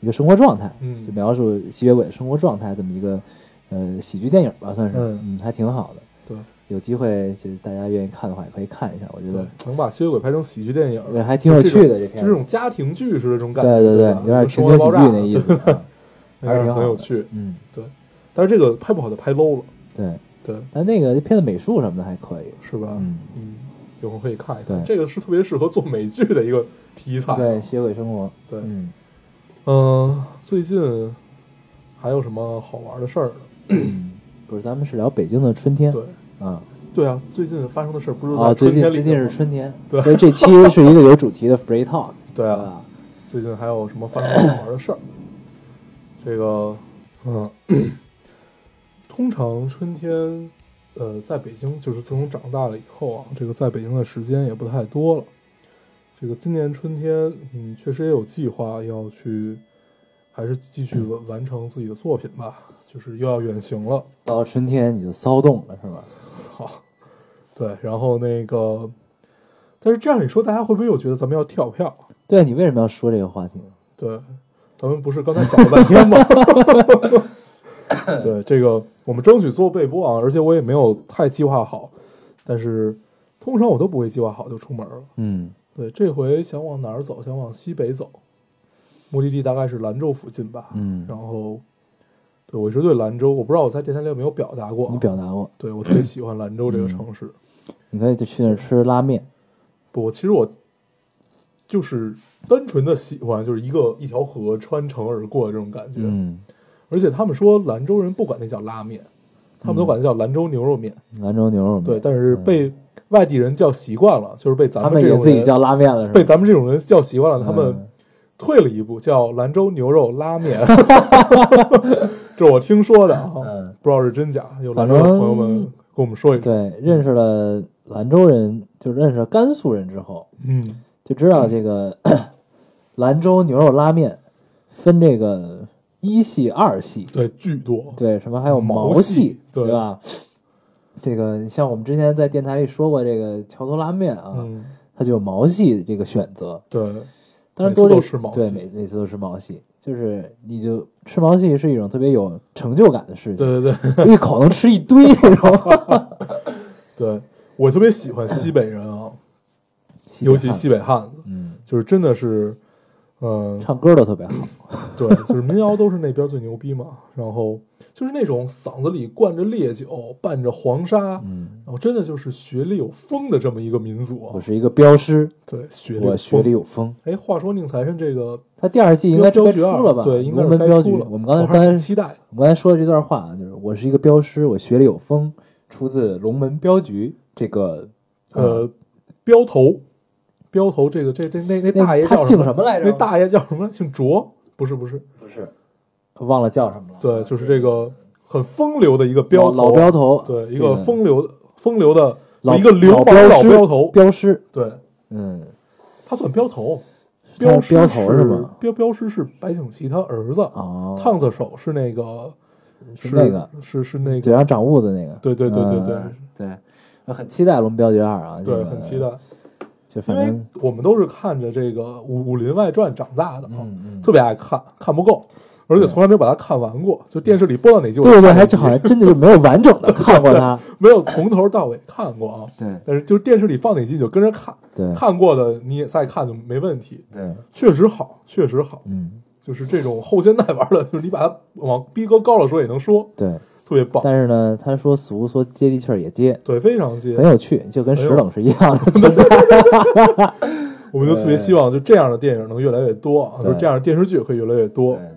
一个生活状态，嗯就描述吸血鬼的生活状态这么一个呃喜剧电影吧，算是，嗯嗯，还挺好的。对有机会就是大家愿意看的话，也可以看一下，我觉得对，能把吸血鬼拍成喜剧电对影，还挺有就趣种的这片就子这种家庭剧似的这种感觉，对对对吧，有点情生活景喜爆剧炸那意思，啊对还是挺好很的有趣。嗯，但是这个拍不好就拍 low 了，对。对，但那个片子美术什么的还可以，是吧？嗯，嗯，有空可以看一看，对这个是特别适合做美剧的一个题材。对，吸血嗯鬼生活，对，嗯，嗯，最近还有什么好玩的事儿呢？不是，咱们是聊北京的春天，对，啊，对啊，最近发生的事儿不是啊，在最近春天里最吗近是春天，对所以这期是一个有主题的 free talk，对 [LAUGHS] 啊吧？最近还有什么发生好玩的事儿？这个，嗯，通常春天，呃，在北京就是自从长大了以后啊，这个在北京的时间也不太多了。这个今年春天，嗯，确实也有计划要去，还是继续完完成自己的作品吧，就是又要远行了。 [LAUGHS] 到了春天你就骚动了是吧？操，对，然后那个，但是这样一说，大家会不会又觉得咱们要跳票？对你为什么要说这个话题？对，咱们不是刚才想了半天吗？ [LAUGHS] 对，这个我们争取做备播啊，而且我也没有太计划好，但是通常我都不会计划好就出门了。嗯，对，这回想往哪儿走？想往西北走，目的地大概是兰州附近吧。嗯然后，对我一直对兰州，我不知道我在电台里有没有表达过啊。你表嗯达过，对我特别喜欢兰州这个城市。你可以就去那儿吃拉面，不，我其实我就是单纯的喜欢，就是一个一条河穿城而过的这种感觉。嗯，而且他们说兰州人不管那叫拉面，他们都管那叫兰州牛肉面。兰州牛肉面，对，但是被外地人叫习惯了，就是被咱嗯他们们这也种自己人叫拉面了是吧？被咱们这种人叫习惯了，他们嗯退了一步，叫兰州牛肉 [LAUGHS] 拉面。这我听说的啊，嗯不知道是真假。有兰反州正的朋友们跟我们说一说。对认识了兰州人，就认识了甘肃人之后，嗯，就知道这个 [CLEARS THROAT] 兰州牛肉拉面分这个一系、二系，对，巨多。对，什么还有毛毛系对对吧？这个像我们之前在电台里说过，这个桥头拉面啊，嗯，它就有毛系这这个选择。对，当然每次多这都个吃毛对，系每每次都是毛系，就是你就吃毛细是一种特别有成就感的事情，对对对一口能吃一 [LAUGHS] 堆那种。对，我特别喜欢西北人啊，尤其西北北汉子，汉，嗯，就是真的是，嗯、唱歌都特别好，对，就是民谣都是那边最牛逼嘛。然后就是那种嗓子里灌着烈酒，伴着黄沙，嗯，然后真的就是学历有风的这么一个民族我啊。是一个镖师，对，学历有我学历风。有风。哎，话说宁财神这个他第二季应该镖该局出二了吧？对，应龙该是门该镖局出了。。我们刚才我刚还才挺期待，我刚才说的这段话啊，就是我是一个镖师，我学历有风，出自龙门镖局这个呃，镖头，镖头这个这这那那那大爷他叫姓么？什么来着？那大爷叫什么？姓卓？不是不是，不是，忘了叫什么了。对，就是这个很风流的一个镖镖头，老镖头，对，一这个风流风流的老一个流氓镖老师镖头，镖师，对嗯，他算镖头，他师是镖头是是吗？镖镖师是白景琦他儿子，哦，烫子手是那个是那个是是那嘴个，上长痦子那个，对对对对对嗯对，我很期待《龙镖局二》啊，这对，个很期，待，就反因为正我们都是看着这个《武武林外传》长大的嘛，嗯嗯，特别爱看，看不够。而且从来没有把它看完过，就电视里播到哪集，我对就对，看还哪集好像真的就没有完整 [LAUGHS] 的看过它，没有从头到尾看过啊。对但是就是电视里放哪集你就跟着看，对看过的你也再看就没问题，对，确实好，确实好。嗯就是这种后现代玩的，就是你把它往逼格高了说也能说，对，特别棒，但是呢，他说俗说接地气儿也接，对，非常接很。有趣，就跟很石有冷是一样的 [LAUGHS] 存在，我们就特别希望就这样的电影能越来越多啊，对就这样的电视剧会越来越多。对 [LAUGHS] 对。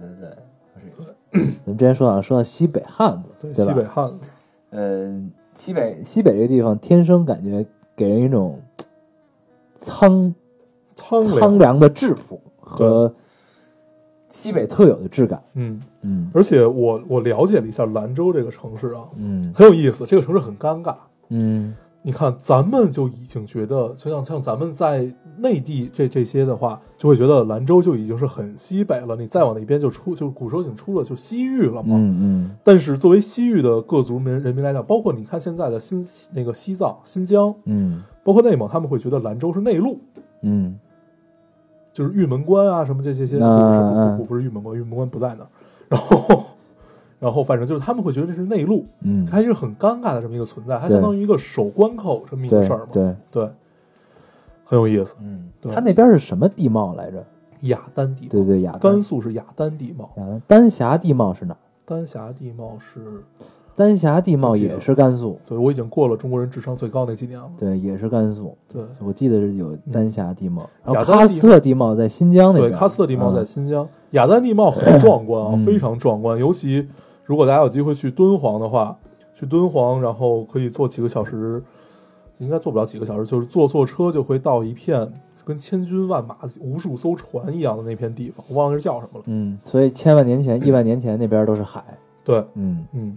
咱们之前说啊，说到西北汉子，对，对西吧？北汉子，呃，西北西北这个地方天生感觉给人一种苍苍苍凉，凉的质朴和西北特有的质感。嗯。嗯而且我我了解了一下兰州这个城市啊，嗯很有意思，这个城市很尴尬。嗯你看，咱们就已经觉得，就像像咱们在内地这这些的话，就会觉得兰州就已经是很西北了。你再往那边就出，就古时候已经出了，就西域了嘛。嗯但是作为西域的各族民人民来讲，包括你看现在的新那个西藏、新疆，嗯包括内蒙，他们会觉得兰州是内陆，嗯就是玉门关啊什么这些些，嗯不是不嗯不不不是玉门关，玉门关不在那儿。 [LAUGHS] 然后，然后反正就是他们会觉得这是内陆，嗯，它是很尴尬的这么一个存在，它对相当于一个守关口这么一个对事儿嘛。对，对，很有意思。嗯，对它那边是什么地貌来着？雅丹地貌，对对，雅丹甘肃是雅丹地貌，雅丹啊丹霞地貌是哪儿？丹霞地貌是，丹霞地貌不记得也是甘肃，对我已经过了中国人智商最高那几年了。对，也是甘肃。对我记得是有嗯丹霞地貌，然后雅丹喀嗯地斯特地貌在新疆那对，边，喀斯特地貌在嗯新疆，雅丹地貌很壮观啊，嗯非常壮观。尤其如果大家有机会去敦煌的话，去敦煌，然后可以坐几个小时，应该坐不了几个小时，就是坐坐车就会到一片跟千军万马、无数艘船一样的那片地方，我忘了是叫什么了。嗯，所以千万年前、亿万年前那边都是海，对，嗯，嗯，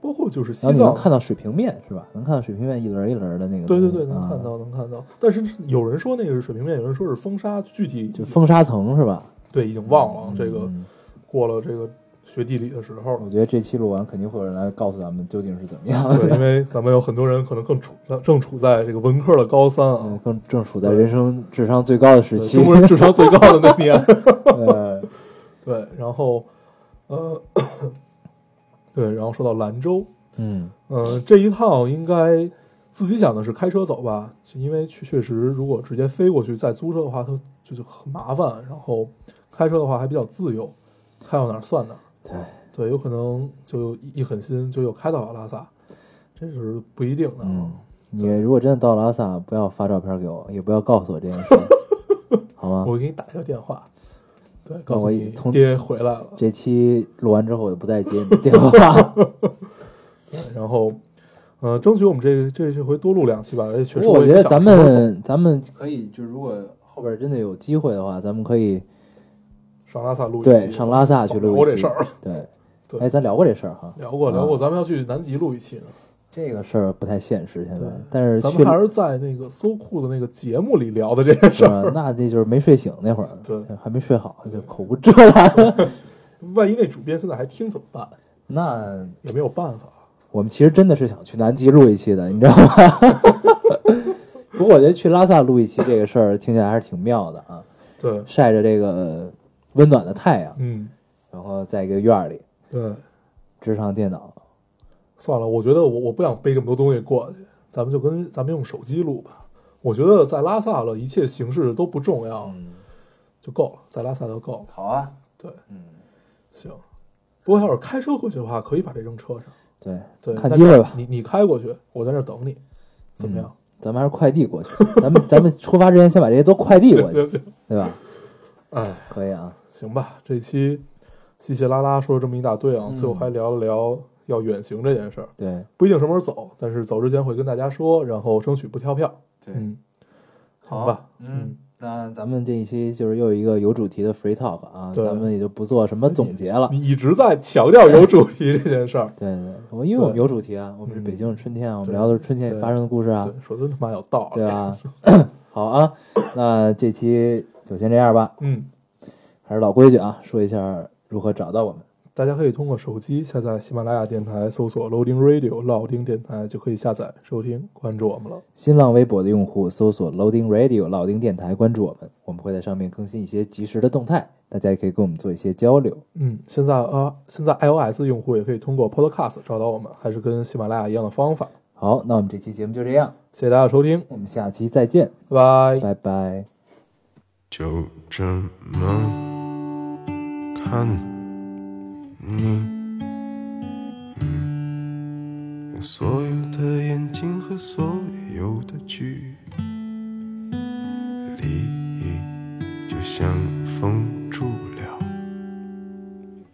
包括就是西然后你能藏，看到水平面是吧？能看到水平面一轮一轮的那个东对西，对对，能看啊，到，能看到。但是有人说那个是水平面，有人说是风沙，具体就风沙层是吧？对已经忘了啊。这个嗯过了这个学地理的时候了我，觉得这期录完肯定会有人来告诉咱们究竟是怎么 [LAUGHS] 样 [LAUGHS] 对，的，因为咱们有很多人可能更处正处在这个文科的高三嗯啊，更正处在对人生智商最高的时对期中。[LAUGHS] 国人智商最高的那年。呃， [LAUGHS] 对，然后呃， [COUGHS] 对，然后说到兰州，嗯，嗯，这一趟应该自己想的是开车走吧，是因为确确实如果直接飞过去再租车的话，它就是很麻烦。然后开车的话还比较自由，开到哪儿算哪儿。对，对，有可能就一一狠心就又开到了拉萨，这是不一定的。啊嗯，你如果真的到拉萨，不要发照片给我，也不要告诉我这件 [LAUGHS] 事，好吗？我给你打一个电话，对，告诉啊我你通爹回来了。这期录完之后，我就不再接你的电话。对，然后，呃，争取我们这这这回多录两期吧。而且 [LAUGHS] 确不实过我也觉不得想咱什么时候们咱们可以，就是如果后边真的有机会的话，咱们可以上拉萨录一期，对上拉萨去录我一这期啊事儿对，对哎，咱聊过这事儿哈，聊过聊过，咱们要去南极录一期呢。这个事儿不太现实现在对，但是咱去们还是在那个搜库的那个节目里聊的这件事儿。呃那那就是没睡醒那会儿，对，还没睡好就口无遮拦。万一那主编现在还听怎么办？那也没有办法。我们其实真的是想去南极录一期的，你知道吗？ [LAUGHS] 不过我觉得去拉萨录一期这个事儿听起来还是挺妙的啊，对晒着这个温暖的太阳，嗯，然后在一个院儿里，对，支上电脑，算了，我觉得我我不想背这么多东西过去，咱们就跟咱们用手机录吧。我觉得在拉萨了，一切形式都不重要，嗯就够了，在拉萨就够了。好啊，对，嗯，行。不过要是开车回去的话，可以把这扔车上。对，对，看那机这会样吧嗯你你开过去，我在这儿等你，怎么样？咱们还是快递 [LAUGHS] 过去，咱们咱们出发之前先把这些都快递过行去，行行，对吧？哎，可以啊，行吧。这期稀稀拉拉说了这么一大堆啊，最后嗯还聊了聊要远行这件事儿，对，不一定什么时候走，但是走之前会跟大家说，然后争取不跳票。对嗯，好吧，嗯，那咱们这一期就是又一个有主题的 free talk 啊，对咱们也就不做什么总结了。你一直在强调有主题这件事儿，对对，我因为我们对嗯有主题啊，我们是北京的春天啊，我们聊的是春天里对发生的故事啊对，，说真他妈有道理。对啊， [COUGHS] 好啊，那这期就先这样吧，嗯，还是老规矩啊，说一下如何找到我们。大家可以通过手机下载喜马拉雅电台，搜索 Loading Radio 老丁电台就可以下载收听，关注我们了。新浪微博的用户搜索 Loading Radio 老丁电台，关注我们，我们会在上面更新一些及时的动态，大家也可以跟我们做一些交流。嗯，现在啊，现在 iOS 用户也可以通过 Podcast 找到我们，还是跟喜马拉雅一样的方法。好，那我们这期节目就这样，谢谢大家的收听，我们下期再见，拜拜。拜拜。就这么看你，嗯，用所有的眼睛和所有的距离，就像风住了，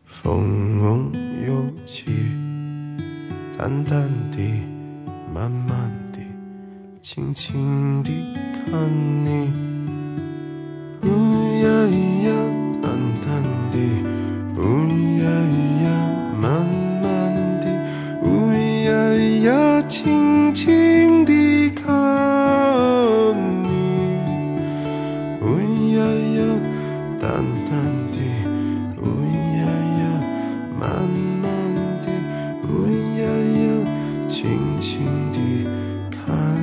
风有气，淡淡地，慢慢地，轻轻地看你。不呀咿呀，淡淡地；不呀咿呀，慢慢地；不呀咿呀，轻轻地看你。不呀咿呀，淡淡地；不呀咿呀，慢慢地；不呀咿呀，轻轻地看你。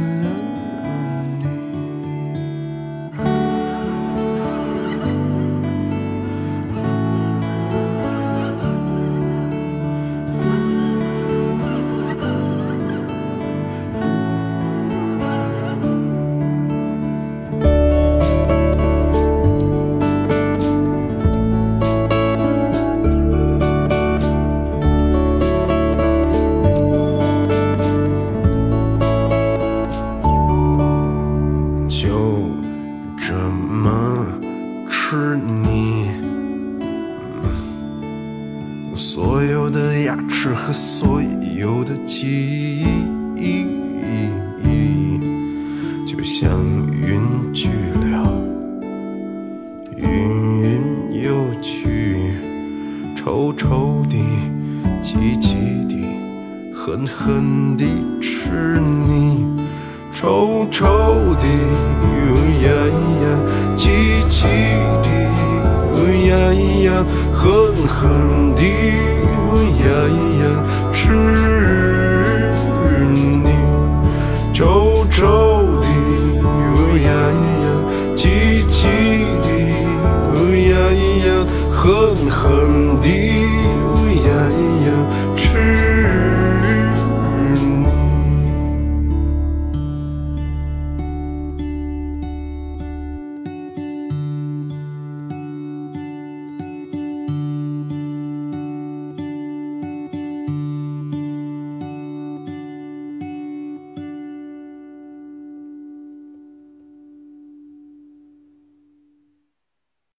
就这么吃你，嗯所有的牙齿和所有的记忆，就像云去了，云云又去，稠稠地，急急地，狠狠地吃你。臭臭的，呜呀咿呀，气气的，呜呀咿呀，狠狠的，呜呀咿呀，吃你。臭臭的，呜呀咿呀，气气的，呜呀咿呀，狠狠